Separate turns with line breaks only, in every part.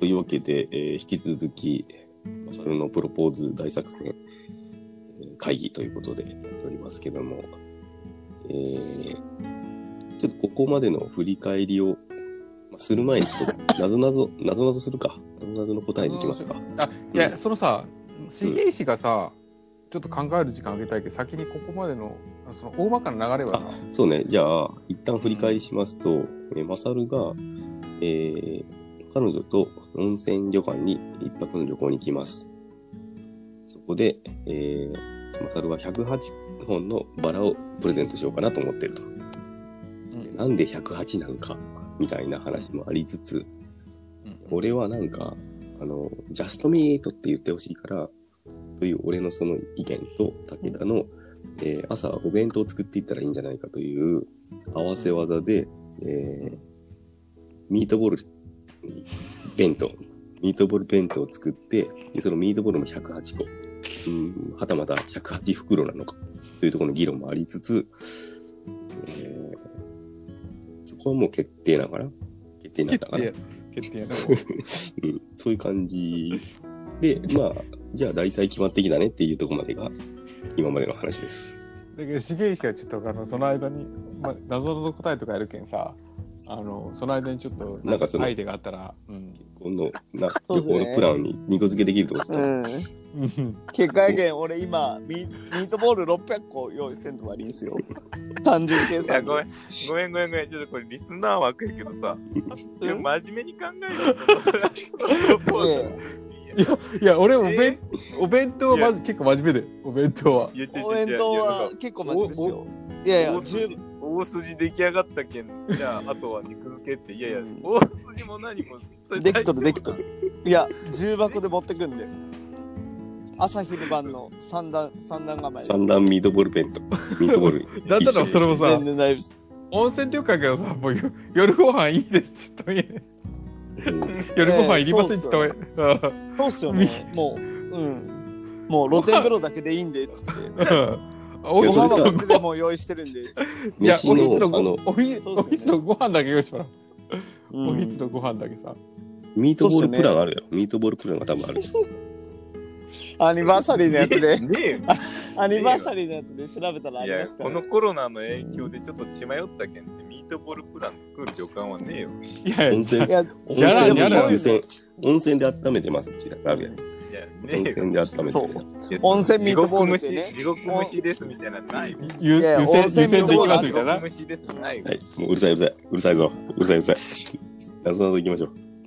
というわけで、えー引き続き、マサルのプロポーズ大作戦えー会議ということでやっておりますけども、えーちょっとここまでの振り返りをまあする前に、ちょっと、なぞなぞ、なぞなぞするか。なぞなぞの答えに行きますか。
あいや、
うん
そのさ重石がさ、ちょっと考える時間あげたいけど先にここまでのその大まかな流れはさ
そうね、じゃあ、一旦振り返りしますと、えーマサルが、えー彼女と温泉旅館に一泊の旅行に行きます。そこで、えーマサルは108本のバラをプレゼントしようかなと思ってると。
うん
なんで108なんかみたいな話もありつつ、
うん
俺はなんか、あの、ジャストミートって言ってほしいから、という俺のその意見と、武田の、えー朝はお弁当を作っていったらいいんじゃないかという合わせ技で、えーミートボール弁当、ミートボール弁当を作って、でそのミートボールも108個、うんはたまた108袋なのかというところの議論もありつつ、えーそこはもう決定なのかな決定になった
決
かな
定決定や
う
ね
ん、そういう感じで、まあ、じゃあ大体決まってきたねっていうところまでが今までの話です。
だけど重石はちょっとあのその間に、まあ、謎の答えとかやるけんさあのその間にちょっと
なんかその
アイデアがあったら、うん、
このな
そ
旅
うですね
行のプランに二個付けできるってこと
う
う
ん。
ん
結果やけん、俺今ミ、ミートボール600個用意せんと悪いん すよ。単純計
いや
算
ごめ
で。
んごめんごめんごめんちょっとこれリスナー枠やけどさいや
うん
真面目に考えろよそのプロポーズいや
いや俺お弁お弁当はまず結構真面目でお弁当は。。
いや違う違う
応援党
いや
は
なんか
結構真面目ですよ。い
い
やい
や
や、
大
十
筋
分。
大筋出来上がったけんじゃああとは肉付けっていやいや
うん
大筋も何もそれ
できとるで
大丈
きと
夫な
る。いや、重箱で持ってくんで。朝昼晩の三段、三段構えで。
三段ミートボール弁当。ミートボール
だったらそれもさ
全然大丈夫です。
温泉旅館やけどさもう夜夜ご飯いいですって言ったら
うん
夜ご飯いりませんって
え
言った らうん
そうっすよね。もう、うん。もう露天風呂だけでいいんで、つって。
お
ご
や
お
そ
飯
れ
は
じゃ
昼
あ
僕でもう用意してるんで。つって
いや、おひつ
飯
の
のあの
ご、おひ、
そうっ
お
すよね
ひつのご飯だけ用意しまら。
うん
おひつのご飯だけさ。
ミートボールプランあるよ。ミートボールプランが多分ある。
アニバーサリーのやつで、
ねえよ
アニバーサリーのやつで調べたらあ
い
りま
や
すか
こ
ら
の。コロナの影響でちょっと血迷ったけんってミートボールプラン作る旅館はねえよ
いや
温
い
泉
い、や、
温
やらん
泉で
やらん
温泉、温泉で温めてますっていうやつあるやん。
いや
温
ねえよ
泉で温め
そう
て。。
いや
温泉ミートボールってね
地獄虫地獄虫ですみたいなのないよ
や、ゆ、
い
湯煎、
や温
湯
泉
煎で
水
いきます
道
みたいな。
虫ですないよ
はい、もううるさいうるさい。うるさいぞ。うるさいうるさい。謎ぞなぞ行きましょ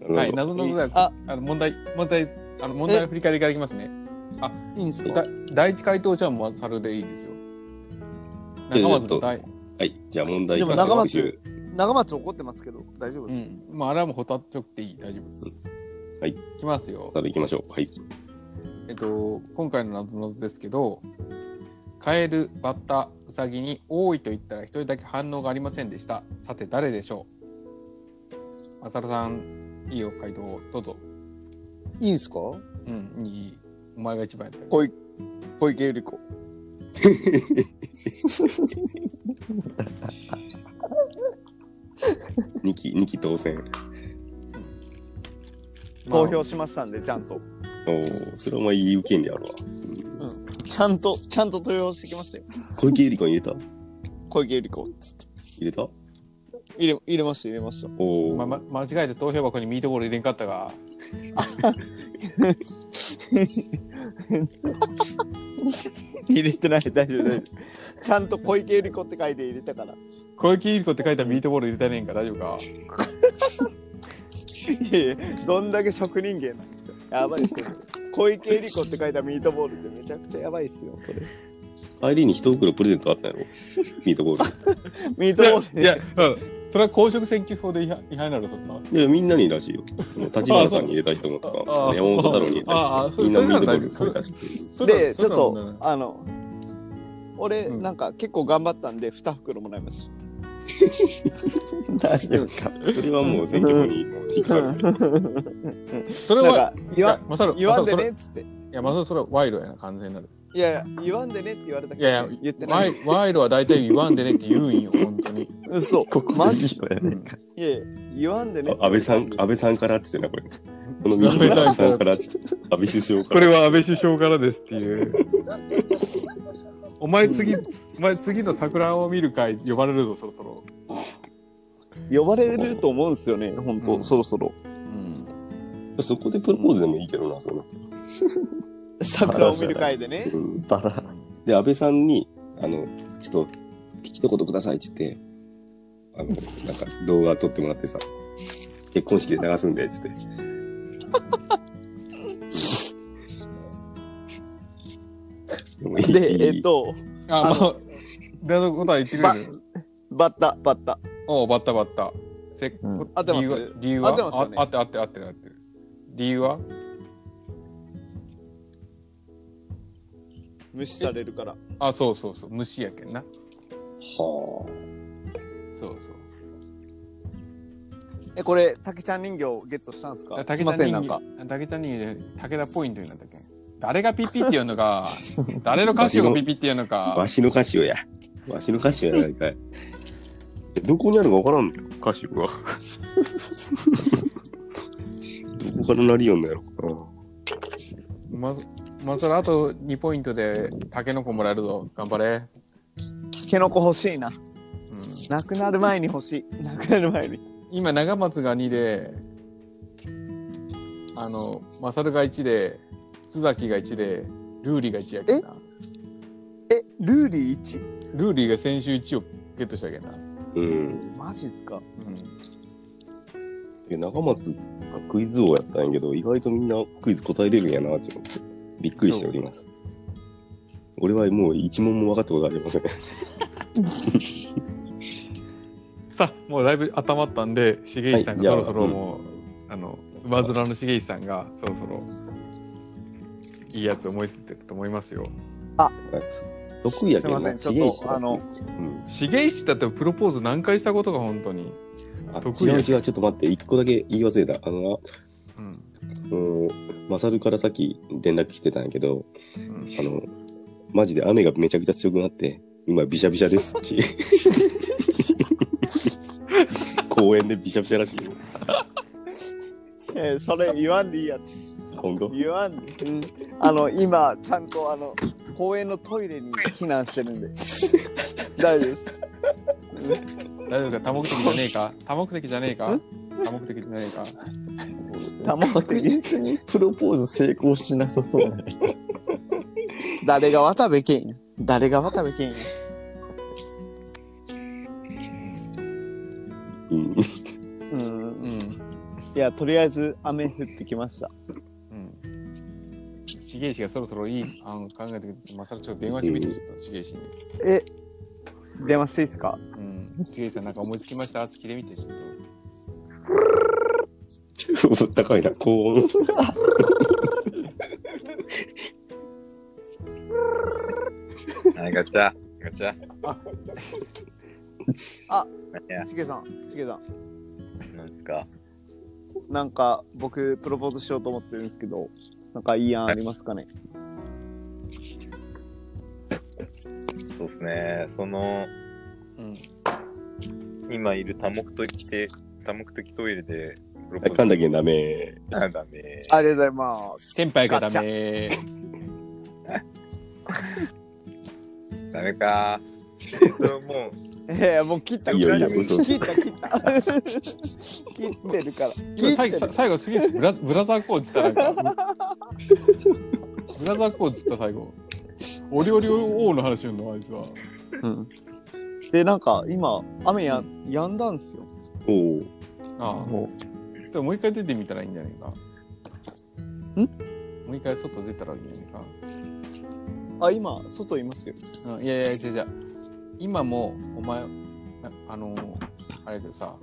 う。
はい、
なぞなぞ
謎のぞ
あ
あ、あの問題、問題、あの問題を振り返りからいきますね。
いいんすか
だ、第一回答じゃ、もう、猿でいいですよ。
え
中松
えっと
の第、
はい、じゃあ問題いきます
でも中
松長松怒ってますけど、大丈夫
う
です。
ん、まあ、あれはもう、ほたっとくていい、大丈夫です。
はい
いきますよ。
さあ行きましょう。はい。
えっと、今回の謎謎ですけど、カエル、バッタ、ウサギに多いと言ったら一人だけ反応がありませんでした。さて誰でしょうマサルさん、いいよ、回答をどうぞ。
いいんすか
うん、いい。お前が一番やったよ。
小い小池百合子。
二期、二期当選。
投票しましたんで、ちゃんと。
おお、それはまあいい意見であるわ。
ちゃんと、ちゃんと投票してきましたよ。
小池百合子に入れた
小池百合子っつって。
入れた
入れ、入れました、入れました。
お
お
お、
前、ま、間違えて投票箱にミートボール入れんかったが、
入れてない、大丈夫、大丈夫。ちゃんと小池百合子って書いて入れたから。
小池百合子って書いたミートボール入れたねえんか、大丈夫か。
いやいや、どんだけ職人芸なんですか。やばいっすよ、ね。小池百合子って書いたミートボールってめちゃくちゃやばいっすよ、それ。
帰りに一袋プレゼントあったやろミートボー
ミートボール
いや、うんそれは公職選挙法で違反違反になるぞ、そんな。
ル。いや、みんなにらしいよ。その立花さんに入れた人もとか、
ああ
山本太郎に入れ
あ
た
あ
人
そ
も、み
れ
んなミートボールく
そ
れ
れ
た
な
し。
それ
で、ちょ
そ
っ
れは問題
と、
ない
あの、俺、
うん
なんか結構頑張ったんで、2袋もらいま した。
大丈夫か。それはもう選挙法にもう引っかかるんで。
それ
なん
は
か、言わ、
マサル、
言わん
マサ
で
ルそ
ね
れ
っつって。
いや、マサル、それは賄賂やな、完全なる。
いやいや、言わんでねって言われた
い
けど、
やいや、
言ってな
賄
い。
賄賂は大体言わんでねって言うんよ、本当に。
嘘。マジい
こや
うん
やいや、言わんでね。
安倍さん、安倍さんからって言ってんな、これ。このミートボールさんから、ちょっと、安倍首相か
こ
ら
れ、は安倍首相からですっていう。 お前次、お前次の桜を見る会呼ばれるぞ、そろそろ。
呼ばれると思うんですよね、本当、
うん
そろそろ。
うん。
そこでプロポーズでもいいけどな、その。
桜を見る会でね。
うん、バラ。で、安倍さんに、あの、ちょっと、一言くださいって言って、あの、なんか動画撮ってもらってさ、結婚式で流すんで、つって。 でもいい
で、えっ、と、
あ、ま
あ
あ、だのことは言ってくれる。
バッタ、バッタ。
おうバッタバッタ。せっ、
うん
理由は
合ってます
理由は
合ってますよね
あ合って合って合ってる合ってる。理由は
無視されるから。
あ、そうそうそう。虫やけんな。
は
そうそう。
え、これ、竹ちゃん人形ゲットしたんですかすいません、なんか。
あ竹ちゃんに武田ポイントになったっけ誰がピッピって言うの か、誰の歌詞をピッピって言うの
あ。
か
わ、しの歌詞をや。わしの歌詞をやないかい。 どこにあるかわからんのよ、歌詞 は。どこからなりよんのやろうな。
まず、まあ、それあと2ポイントで、タケノコもらえるぞ。頑張れ。
ケノコ欲しいな。
うん、
なくなる前に欲しい。なくなる前に。
今、長松が2で、あの、マサルが1で、津崎が1で、ルーリーが1やけんな。
え、ルーリー1
ルーリーが先週1をゲットしたけんな。う
うん。
マジっすか
ん。
え長松がクイズ王やったんやけど、意外とみんなクイズ答えれるんやなって思って、びっくりしております。俺はもう一問も分かったことありません。
さあ、もうだいぶ温まったんで、重石さんが
は
そ
い
ろそろもう、あの、馬面の重石さんがそろそろ、いいやつ思いついてると思いますよ。
得意や
す
け
い
ど
ませ
な、
ん、ちょっ
重石
と、あの、
うん、
重石だってプロポーズ何回したことが本当に。
あ
得意や
違う違う、ちょっと待って、一個だけ言い忘れた。あの、
うん。
うん、マサルからさっき連絡来てたんやけど、
うん
あの、マジで雨がめちゃくちゃ強くなって、今びしゃびしゃですち。 公園でびしゃびしゃらしい。
えーそれ言わんでいいやつ。
本当
言わんで、うん、あの、今、ちゃんと、あの、公園のトイレに避難してるんで。大丈夫です。
大丈夫か多目的じゃ ねえか多目的じゃねえか多目的じゃねえか
確
実にプロポーズ成功しなさそう
誰が渡部健や誰が渡部健や
うん、
うん。
うん。
いや、とりあえず、雨降ってきました。
うん。重石がそろそろいい案考えてくれマサルちょっと電話してみてちょっと重石に。
え、電話していいですか
うん。重石さんなんか思いつきました聞いてみてちょっと。
高いな、高音。
はい、ガチャ。ガチャ。
あ
いや、
しげさん、しげさん。
なんですか。
なんか、僕、プロポーズしようと思ってるんですけど、なんかいい案ありますかね
そうですね。その、
うん。
今いる多目的で、多目的トイレで、プロポーズ
噛んだけんダメ。
なんだね。
ありがとうございます
先輩がダ。メ
ダメか。えそれも
えー、もう切った
いいよいいよ
切った、切った。切ってるから。
今
切
最
って
後
る
さ最後すげえブラブラザーコーチったなんか ブラザーコーチった最後お料理王の話言うのあいつは
うんで、なんか、今、雨や、やんだんすよ。
おう
ああ
も
でももう一回出てみたらいいんじゃないか
ん
もう一回外出たらいいんじゃな
う。あ、今、外いますよ。
いか、うん、いやいや違う違う今もお前なあのーあれでさ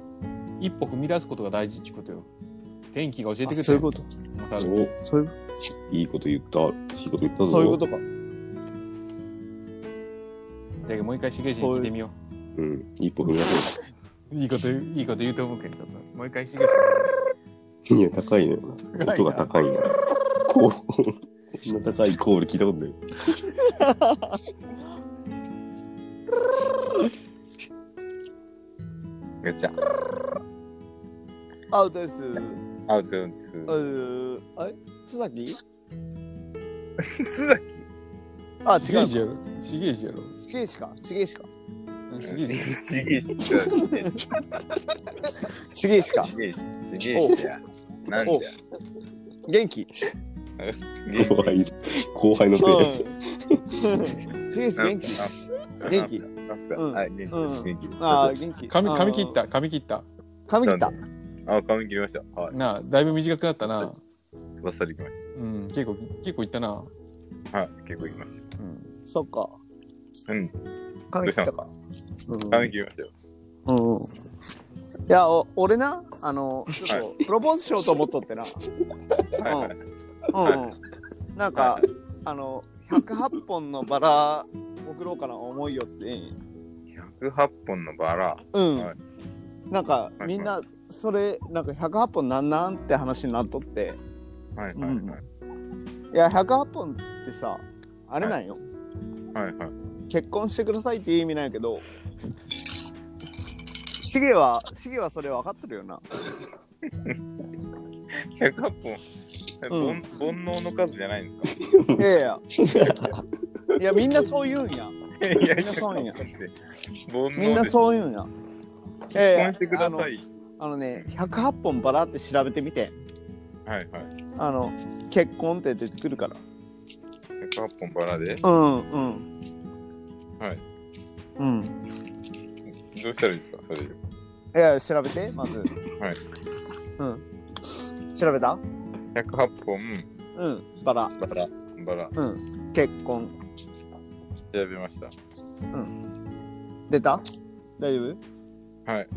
一歩踏み出すことが大事ってことよ天気が教えてくれ
あ
た
そういう
よ
こと。
マサル
お
そういう、
いいこと言った。いいこと言ったぞ。
そういうことか。
だけどもう一回重石に聞いてみよう
うん。一歩踏み出せ
いいこと言う、いいこと言うと思うけどさ、もう一回しげさ
る。いや、高いね。
高いな
音が高いね。高音。こんな高いコール聞いたことない。
う、ガチャ。
アウトです。
あ、うつうつ。
うーあれ須崎
つだ
あ、
し
違
げ
う
いじやろ。しげいじやろ。
しげしかしげしか
しげいじ。
しげしだ。
しげしか
すげえ、すげえじゃ。なんじゃ。
元気
元気
後輩、後輩の手。
うん。しげし元気
なん
元気
なんすか
うん
はい、元
うん
気元気。
ああ、元気。
髪髪切っ
あ
た髪切った。
ー。髪切った。
ああ、髪切りました。はい。
なあだいぶ短くなったな。
バッサリきまし
うん結構結構いったな。
た。はい、結構いまし
うん。
そっか。
た。うん。
髪切ったか。
髪切りましたよ。
うんうん。いや、お俺な、あの、ちょっと、プロポーズしようと思っとってな。
はいはい。
うんうん。なんか、あの、108本のバラ送ろうかな、思いよって。
108本のバラ。
うん。
はい
なんか、
い
みんな、それ、なんか108本なんなんって話になっとって。
はいはいは
うん
い。
いや、108本ってさ、あれなんよ。
はいはい。
結婚してくださいっていう意味なんやけどシゲはシゲはそれ分かってるよな
108
う
本。ぼん煩悩の数じゃない んですか
いやいやいやみんなそう言うんや
いやいや
みんなそうや
108って煩悩
みんな
う。
そう言うんやいやいや
結婚してください。
あのあのね108本バラって調べてみて
はいはい。
あの結婚って出てくるから
108本バラで。
うんうん
はい
うん
どうしたらいいですかそれ。
いや調べてまず
はい
うん調べた
108本
うんバラ
バラ。バラ。
うん結婚
調べました。
出た大丈夫
はい。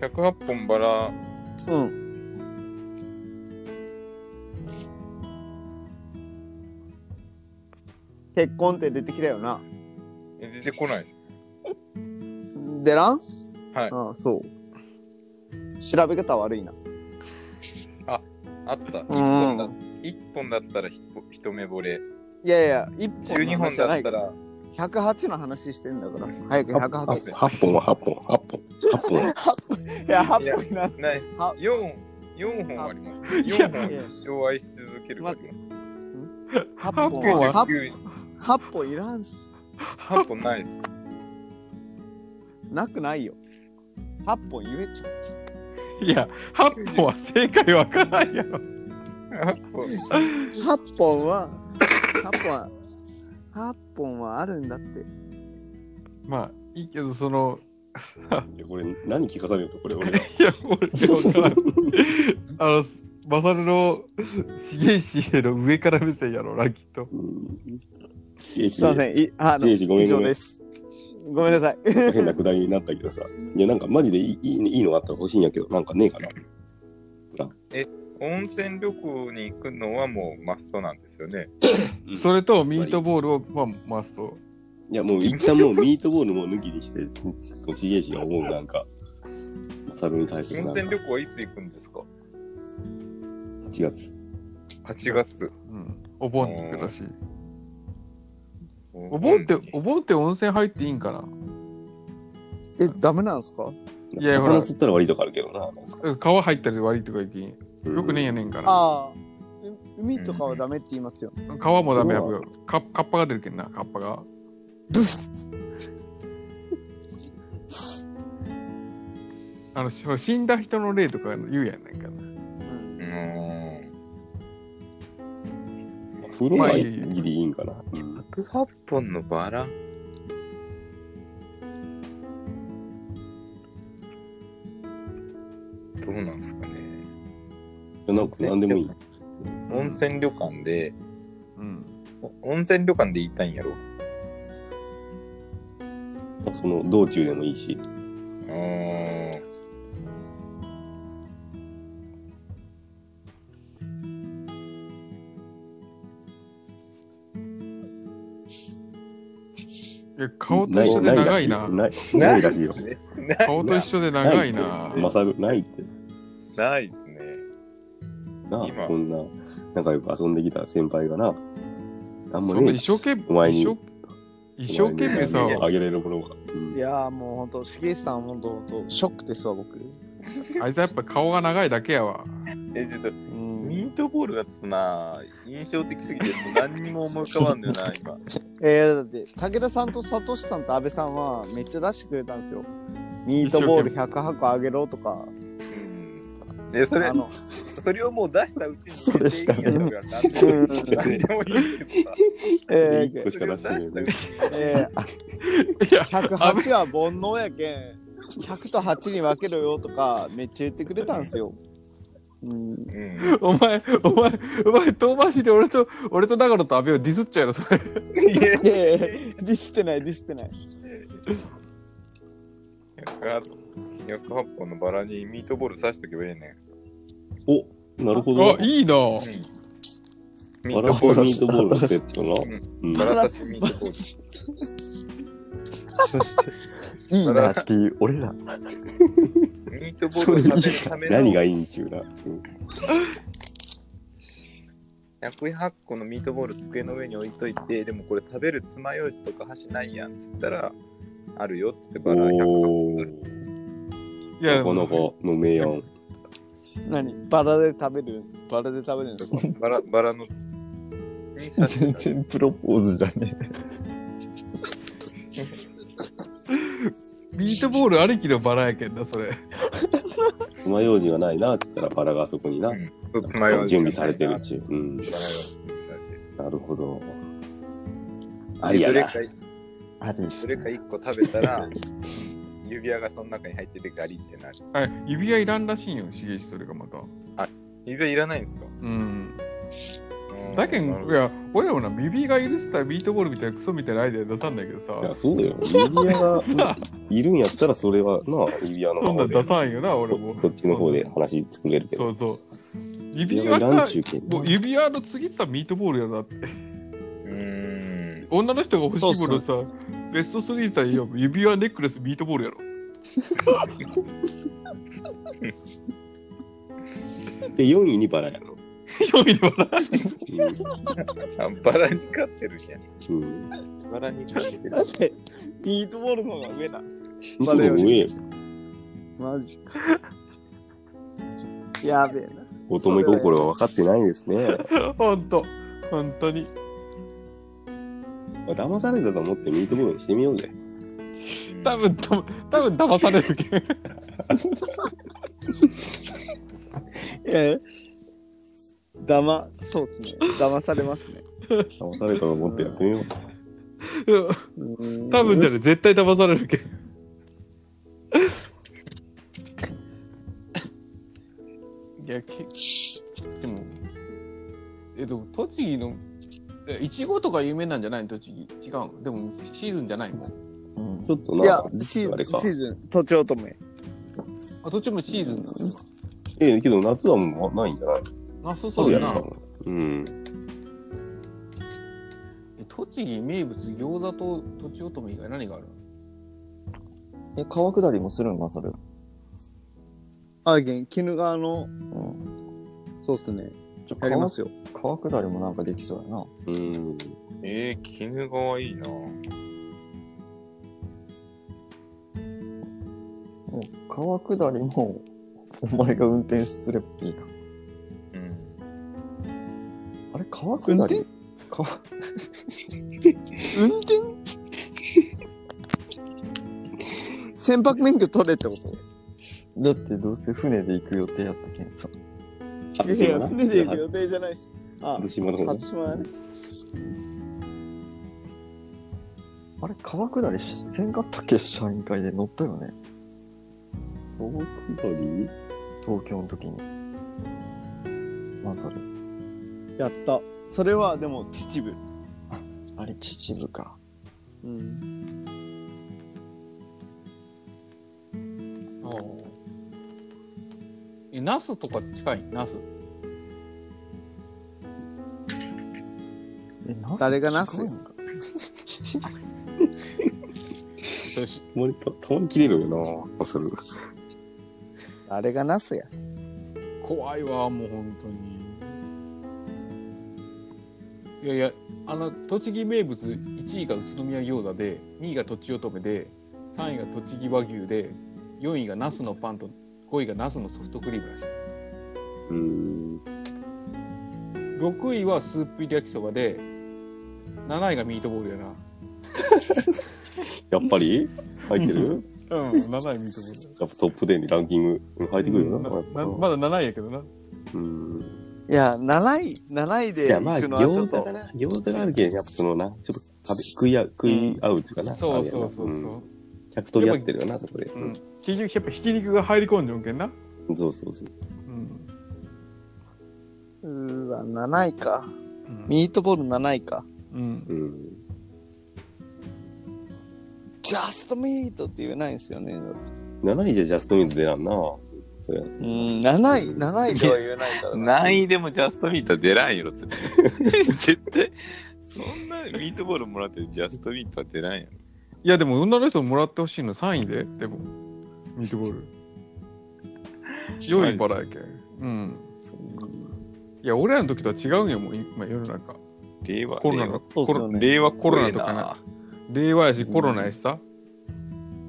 108本バラ。
うん。結婚って出てきたよな。
え出てこないです。
出らん
はい
ああ、そう。調べ方悪いな。
あった。1
うん
本だ一本だったらひと一目惚れ。
いやいや、一本
12
の
本
話じゃ
だ
な
っ
い
た
から。
ら。
108の話してんだから。早く
八
108。
八本は八本、八本、八本は。
いや、8本になっ
ないです
は
4、4本あります。4本一生愛し続けるがあります。
8本
いやいや
は。
99
8本いらんす。
8本ないです。
なくないよ。8本言えちゃう。
いや八本は正解わからんやろ。
8本
8本は、8本は、8本はあるんだって。
まあいいけどその
これ、何聞かされるのこれ、俺が。
いや俺わからん。あのマサルのしげいしへの上から目線やろなきっと。
うん。刑
す
事
いません。いあの
刑事ごめん
以
ご
上
めん
です。ごめんなさい。
変なくだりになったけどさ。いや、なんかマジでいいいいいいのあったら欲しいんやけど、なんかねえかな。
温泉旅行に行くのはもうマストなんですよね。
それとミートボールをまあマスト。
いや、もう一旦もうミートボールも抜きにして、こう、ゲージが思う、なんか、マサルに対する
温
なん
泉
か、
旅行はいつ行くんですか
8月。
?8 月。
うん。お盆って言ってたし。お
お
盆ってお盆って温泉入っていいんかな。
え、ダメなんですか
いやほら
魚釣ったら割とかあるけどな。なんか
うん川入ったり悪いとか言っていい
うん
よくねえやねんから。
ああ、う海とかはダメって言いますよ。
川もダメやぶよ。カカッパが出るけんな、カッパが。
ブス
あの、その死んだ人の霊とか言うやねんから。
うーん。
風呂はギリいいんかな。うん
108本のバラどうなんですかね
なんか何でもいい。
温泉旅館で、
うん。
お温泉旅館で言いたいんやろ
その道中でもいいし。
うーん
いや、顔と一緒で長いな。
ないらしいよ。ないないらしいよ。
な
顔と一緒で長いな。
マサル、ないって。
ないですね
な
今
あ、こんな仲良く遊んできた先輩がな、なんも
そん
ね
な
え、
一生懸
お前
命、
に
一生一生懸命さ
お前に、あげれるものが。うん
いやーもう本当、重石さん本当、本当、ショックですわ、僕。
あいつはやっぱ顔が長いだけやわ。
え、ちょっと、
うん
ミートボールがちょっとな、印象的すぎて、もう何にも思い浮かばんのよな、今。
えー、だって武田さんとサトシさんと安倍さんはめっちゃ出してくれたんですよミートボール100箱あげろとか
うん。で、それ
あ、の
それをもう出したうちに、
それしかない
全員やったか
う
ら何
ん
でも何でもいいけどさ。
え
一
ー
個しか出してないよね
え
いや
ー、108は煩悩やけん100と8に分けろよとかめっちゃ言ってくれたんですよ、うん、
うん
お前、お前、お前、遠回しで俺と、俺と長野と阿部をディスっちゃうの、それ。
い
いやい
やいやディスってないディスってない
や108本のバラにミートボール刺しとけばいいね。
おなるほど。
あ、いいな
うんミ
バ
ー
ラ
ト
バ
ボ
ラ
ー
ミートボールのセットな。うん
ル、バラ刺しミートボール。
そして、いいなっていう、俺ら、
ミートボー
そ
ル
れ
を
いい
食べるための
何がいいんちゅうな。うん
108個のミートボール机の上に置いといてでもこれ食べる爪楊枝とか箸ないやんっつったらあるよっつってバラ100
おー、
いや、
なか
で
な
も
かの名案。
何バラで食べるバラで食べるんですか
個バラバラのに刺して
全然プロポーズじゃね
ミートボールありきのバラやけんな、それ。
爪楊枝がないな、っつったらバラがあそこにな
う。んそう爪楊枝
準備されてるっ
つ
ちゅう。うん。なるほど。あり
ど
や
れ
な
か。
あり
どれか1個食べたら指輪がその中に入っててガリってなる
はい、指輪いらんらしいよ、しげし、それがまた。
指輪いらないんですか
うん。だけん、いや、俺らもな、指が許したらミートボールみたいなクソみたいなアイデア出さんだけど
いや、
さ、
そうだよ。指輪が
さ
いるんやったら、それはな、指輪の
そんな
方
ん
で
出、さんよな、俺も。
そっちの方で話作れるけ
そ
ど。
うそう。
指
指
輪
輪
がいらん
が、
ちゅうけんな
もう指輪の次ってさ、ミートボールやなって。
うーん
女の人が欲しいものさ、ベスト3さ、いや指輪、ネックレス、ミートボールやろ。
で、4位にバラやろ。
4位で バラ。
あバラに勝ってるやん
うん。うん。
バラに勝ってる
だってミートボールの方が上な
バラより上よ。
マジか やべえな
乙女心は分かってないですね。
ほんと、ほんとに。
騙されたと思ってミートボールにしてみようぜ。
多分た多分騙されるけん。
えー、だまそうですね騙されますね
騙されたと思ってやってみよう。
多分じゃね、絶対騙されるけん。いや、けでも、え、でも、栃木の、え、いちごとか有名なんじゃないの栃木。違う。でも、シーズンじゃないもん。
ちょっと
いや
な、
シ
あれか
ー。シーズンとちおとめ
あ、どっちもシーズンなの今
ええ、けど夏はもうないんじゃない
あ、そうそ
そう
う
や
や
な
な。。
うん。
え栃木名物、餃子ととちおとめ以外何があるの
え、川下りもするんか、それ。
あげん鬼怒川のそうっすね
ちょ
やり
川
ますよ
川下りもなんかできそうやな。
うん。
えー、絹川いいな
もう川下りも、お前が運転すればいいか。
うん
あれ、川下り川、
運転船舶免許取れってこと
だってどうせ船で行く予定やったけんさ。
いやいや、船で行く予定じゃないし。あ
初島の方ね
初島ね。
あれ、川下りしせんかったっけ社員会で乗ったよね。
川下り
東京の時に。まさに。
やった。それはでも秩父。
あれ、秩父か。
うん。
ああえ、ナスとか近いナス。
え、ナス
誰がナス
近いんか
たまにたたまに切れるよな。それ。
あれがナスや。
怖いわもう本当にいやいやあの栃木名物1位が宇都宮餃子で2位がとちおとめで3位が栃木和牛で4位がナスのパンと5位がナスのソフトクリームらしい。
うん。
6位はスープ入り焼きそばで、7位がミートボールやな。
やっぱり入ってる
うん、7位ミート
やっぱトップ10にランキングうん入ってくるよな。
ボ
やっ
ール。
ぱ
ななまだ7位やけどな。
うん。
いや、7位、7位
い
で
や、
行
まあ、
くのはちょっ
餃子
と
が、な、餃子があるけん、やっぱそのな、ちょっと食べ、食い合う、食い合うっていうかな。
そうそうそうそう。
うん。客取り合ってるよな、そこで。
うん、結局やっぱひき肉が入り込んじゃうんけんな。
うんそうそうそう。
うん。
うーわ、7位か。
うん
ミートボール7位か。
うん。
うん。
ジャストミートって言えないんですよね。
7位じゃジャストミート出らんな。それ。
うん、7位、7位では言えないからな。
何位でもジャストミートは出らんよ、絶対。 絶対、そんなミートボールもらってジャストミートは出らんよ。
いやでも女の人もらってほしいの3位で、でも。ミートボール。4位からやけん。うん。いや、俺らの時とは違うんよ、もう今世の中。
令和、
コロナの、
そう
コ
っすよ
ロ
ね。
令和
コロナとかな。令和やし、コロナやしさ。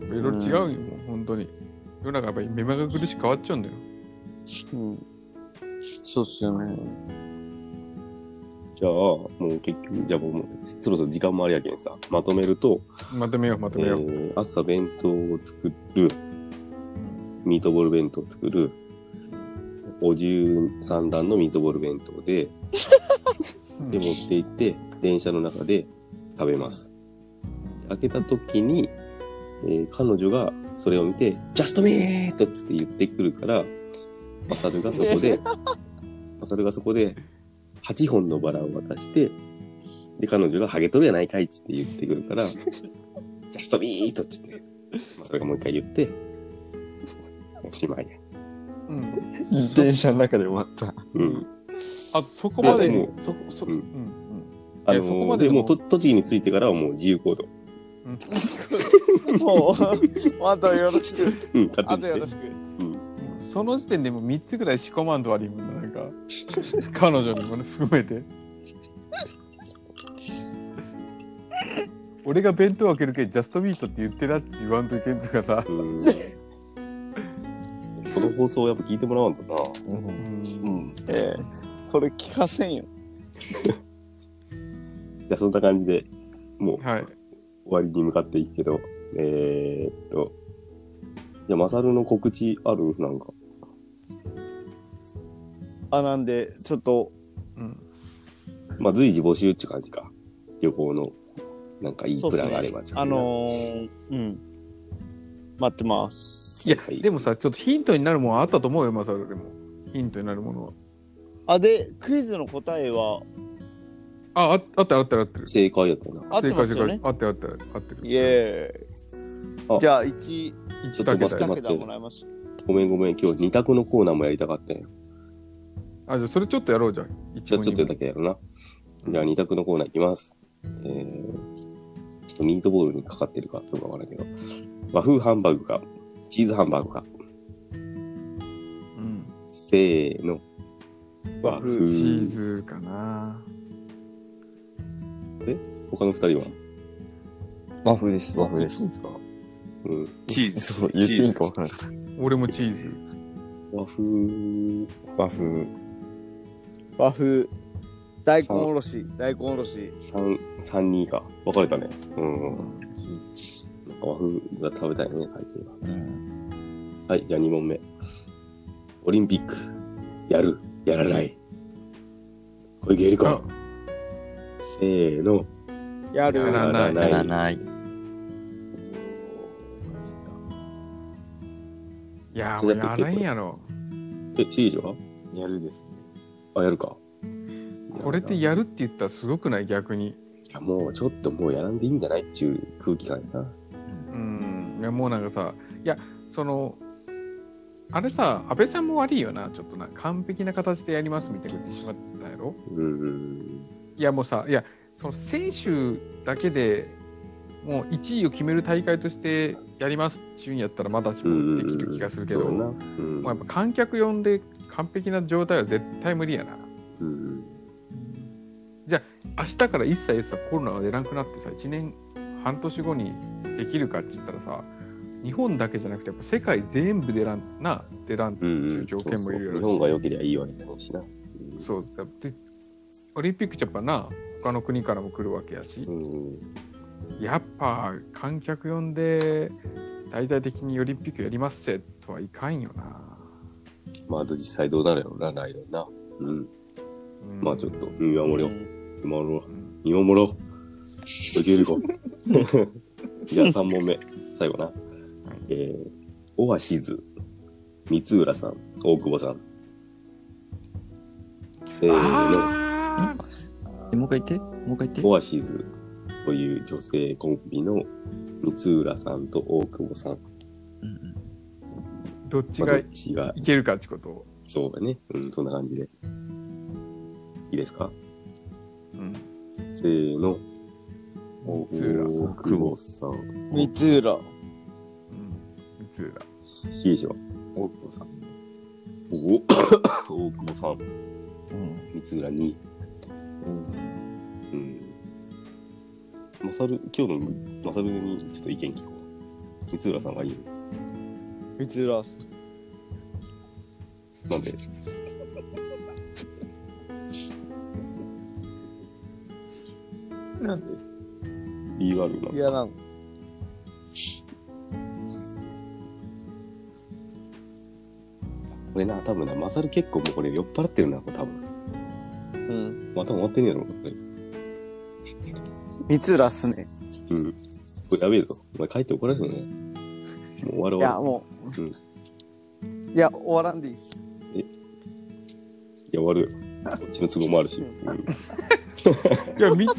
いろいろ違うんよ、もう本当に。世の中やっぱり目まぐるしく変わっちゃうんだよ。
うん。そうっすよね。
じゃあ、もう結局、じゃあ僕も、そろそろ時間もありやけんさ、まとめると、
まとめよう、まと
え
めよう。
ー、朝弁当を作る、ミートボール弁当を作る、お重三段のミートボール弁当で、
うん
で持って行って、電車の中で食べます。開けた時に、えー彼女がそれを見て、ジャストミートっつって言ってくるから、マサルがそこで、マサルがそこで、8本のバラを渡して、で、彼女がハゲとるやないかいっつって言ってくるから、 ジャストミートっつって、マサルがもう一回言って、おしまいや。
うん。
自転車の中で終わった。
うん。
あそこまで
いや
に
も、
そこ、そ、
うん
うん。
あの
そこま
で
でも
もうと栃木に着いてからはもう自由行動。
うん。
もう、 あとよろしく。
うん、勝手
あ
にして
とよろしく。
うんその時点でもう3つぐらい仕込まんとありもんな、 なんか。彼女にもね、含めて。俺が弁当開けるけんジャストミートって言ってなっち言わんといけんとかさ。
うんその放送をやっぱ聞いてもらわんとな。
うん
うん。
ええこれ聞かせんよ。
じゃあそんな感じで、もう終
はい。
わりに向かっていくけど、えー、っと、じゃあ、マサルの告知あるなんか。
あ、なんで、ちょっと、
うん。
まあ、随時募集って感じか。旅行の、なんかいいプランがあれば。
あのー、うん。待ってます。
いや、
はい
でもさ、ちょっとヒントになるもんあったと思うよ、マサルでも。ヒントになるものは。
あ、で、クイズの答えは、
あ、ああったあったあった。
正解やったな。
合ってますよね。
あったあったあってる。
イエー
あ
イ。じゃあ、1、
一
ちょっと待
桁
って
だよ
2桁もらいました。
ごめんごめん。今日二択のコーナーもやりたかったんや。
あ、じゃあそれちょっとやろうじゃん。
じゃあ、ちょっと
だ
だけやるな。じゃあ、二択のコーナーいきます。えー、ちょっとミートボールにかかってるかどうかわからんけど。和風ハンバーグか、チーズハンバーグか。
うん。
せーの。和
チー
風。
ズかな。
他の二人は、
和風です、和風です。
うん、
チーズ。
そう、言っ
チ
てい
ー
い
ズ
か。分からない。
俺もチーズ。
和風。
和風。
和風、大根おろし、大根おろし。
三、三二か。分かれたね。うん。なんか和風が食べたいね、最近は。はい、じゃあ二問目。オリンピック。やる。やらない。これいけるか。せーの。
やる。
やらない
やら
い。
ない。
いやー、
それ
俺
だと
やらんやろ。
え、チーズは
やるです。
あ、やるか。
これで
い
やるって言ったらすごくない逆に。
や、もうちょっともうやらんでいいんじゃないっていう空気感やな。
うん。いや、もうなんかさ、いや、その、あれさ、安倍さんも悪いよな、ちょっとな、完璧な形でやりますみたいなこと言ってしまったやろ
うん。
いや、もうさ、いや、その選手だけでもう1位を決める大会としてやりますっていうんやったら、まだし
う
も
ん。
できる気がするけ
そ
ど、
うな。
も
うん。
うやっぱ観客呼んで完璧な状態は絶対無理やな。
うん。
明日から一切さコロナが出なくなってさ1年半年後にできるかっつったらさ日本だけじゃなくてやっぱ世界全部で選んなで選ん
う
で
ん
る
うん。
条件もいるや
そうそう日
ろ
本が良
うし
ければいいわけだろうしな。うん
そうだってオリンピックってやっぱな他の国からも来るわけやし、
うん。
やっぱ観客呼んで大々的にオリンピックやりますせとはいかんよな、
まあ、あと実際どうなるやろうな、来年な。うん。
うん
まあ、ちょっと、見守ろう。見守ろう
う。ん
見守ろう。いけ るか。じゃあ、3問目。最後な。えー、オアシズ、三浦さん、大久保さん。せーの。
あー
えもう一回言ってもう一回言って
オアシズという女性コンビの三浦さんと大久保さん。
うんうん
どっち
まあ
が
どっちが、
いけるかってことを、
そうだね。うん、そんな感じで。いいですか
うん、
せーの。大
三浦
久保さん。
三浦。
うん三浦
いいでしょ大久保さん。お大久保さん。
うん
三浦に。うん。マサル、今日のマサルにちょっと意見聞こう。三浦さんがいいよ。
三浦っす。
なんでなんで理由ある
い
な。
やなん
これな、多分な、マサル結構もうこれ酔っ払ってるな、これ多分。
うん。
また終わってねえのこれ。
三浦っすね。
うん。これやべえぞ。お前帰って怒られるね。もう終わろう。
いや、もう。
うん
いや、終わらんでいいっす。
いや終わるよ。こっちの都合もあるし。うん
いや三浦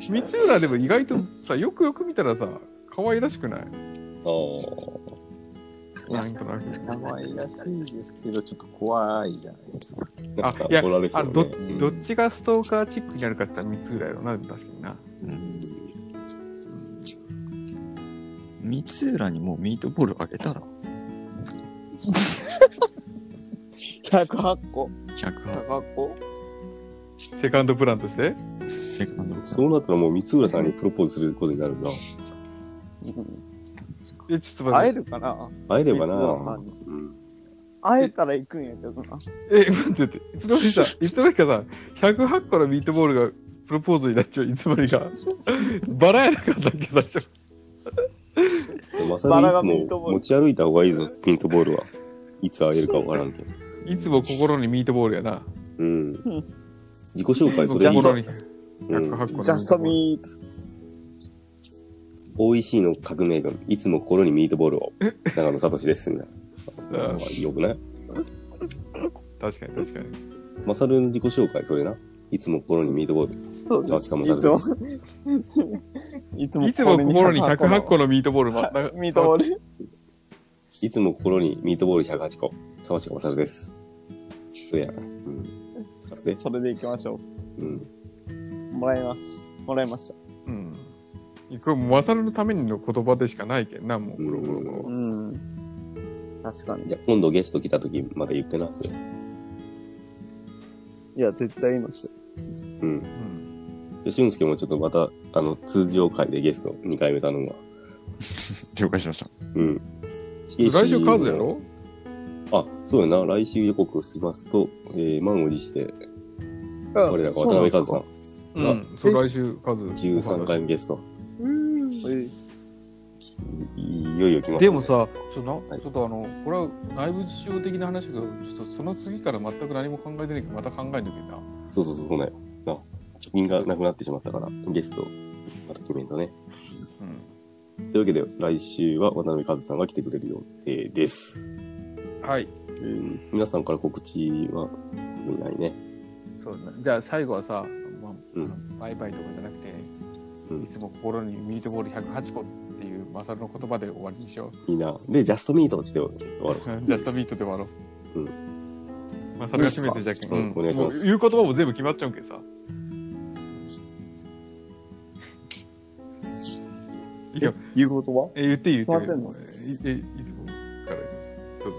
三浦でも意外とさよくよく見たらさ可愛らしくない
あー
なんとなく
可愛らしいですけど、ちょっと怖いじゃないですか。
な
あ
んか
いや
怒られそ
あ
う、ね
ど
うん
どっちがストーカーチックになるかって言ったら三浦やろな確かにな
うん三浦にもうミートボールあげたら
108個。
108
108個。
セカンドプランとして
セカンド
そうなったらもう三浦さんにプロポーズすることになるな。
えちょっと
会
待
え
って
るかな
会えればな。
三浦さんに
うん
会えたら行くんやけどな。
え待っていつの間にさいつの間にかさ108個のミートボールがプロポーズになっちゃういつの間にかバラやなかったっけ最初
まさ
バラ
にい
が
つ
ミートボー
も
ル
持ち歩いた方がいいぞ、ミートボールは。いつ会えるかわからんけど。
いつも心にミートボールやな
うん
ん。
自己紹介それいい
心
よ。
に
う
108個のミー
ん
トボール
ジャストミー
OEC の革命軍、いつも心にミートボールを。長野聡です。みたいな。それはよくない
確かに確かに
マサルの自己紹介、それな。いつも心にミートボール。
そうです
沢近
い
マ
つ
サルで
も
す。。
いつ
いつも心に108個
の。
のミートボールま
はいミートボール。
いつも心にミートボール108個。沢近マサルです。そうやな。うん。それで、
それで行きましょ
うん。
う。もらいます。もらいました。
うん。これもうマサルのためにの言葉でしかないけんな、もう。
うん
これもう
うん。確かに。
じゃあ今度ゲスト来た時まだ言ってな、それ。
いや、絶対言いました。
うん。
うん
で、俊介もちょっとまた、あの、通常回でゲスト2回目頼むわ。
了解しました
うん。来
来週カーズやろ
あ、そうやな。来週予告しますと、えー、満を持して、我らが渡辺和
そうな
也う
う
ん
ん
ん。そう、来週カーズ。
さん、13回目ゲスト。
え
いいよいよ来ます、
でも、さ、ちょっと
は
な、
い
ちょっとあの、これは内部事情的な話だけど、ちょっとその次から全く何も考えてないけど、また考えんときな。
そうそうそう、そうなんよ。な、貯金がなくなってしまったから、ゲスト、また決めんとね。
う
というわけで、来週は渡辺和也さんが来てくれる予定です。
ん。はい。
うん、皆さんから告知は、特にないね。
そうだじゃあ最後はさ、まああ
う
の
ん
バイバイとかじゃなくて、
うん
いつも心にミートボール108個っていうマサルの言葉で終わりにしよう。
いいな。で、ジャストミートして終わろう。
ジャストミートで終わろう。。
うん
まあ、それが締めてじゃけん。
うんお願いし
もう
ます
言う言葉も全部決まっちゃうんけんさ。いいよ。
言うことは
え、言っていい言っていい
決まっ
え、いいつもから。どうぞ。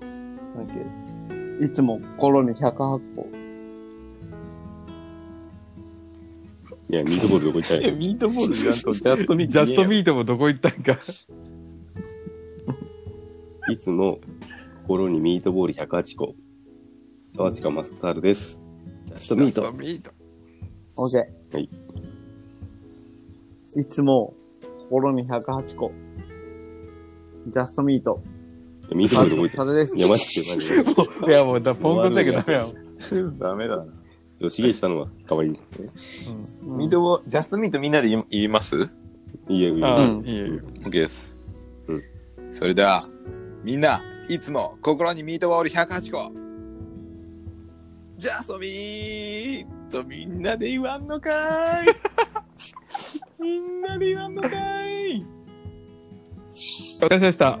なんだっけいつも心に108個。
いや、ミートボールどこ行ったんや
ミートボールじゃんと、ジャストミー
ジャスト
ー
ミートもどこ行ったんか。
いつも心にミートボール108個。沢近マスタールです。ジャストミート。
ミート。
オッケー。
はい。
いつも、心に108個。ジャストミー ト。
ミートボール覚えて
サルです
る。い。や、マジでマジで。
いや、もうだ、ポンコツだけどダメやもん。
ダメだな。
ちょっと刺激したのは代わりに。
ミートボール、ジャストミートみんなで言い言います
いいよ、いい
ああ
よ。
いいよいいよ。
?OK です。
う
それでは、みんな、いつも心にミートボール108個。ジャストミートみんなで言わんのかーいみんなで言わんのかーい
お疲れ様でした。